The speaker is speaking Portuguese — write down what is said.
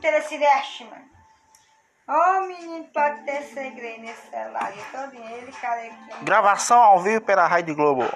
Teleciveste, mano. Ô, menino, pode ter segredo nesse celular. Eu tô ele, carequinho. Gravação ao vivo pela Rádio Globo.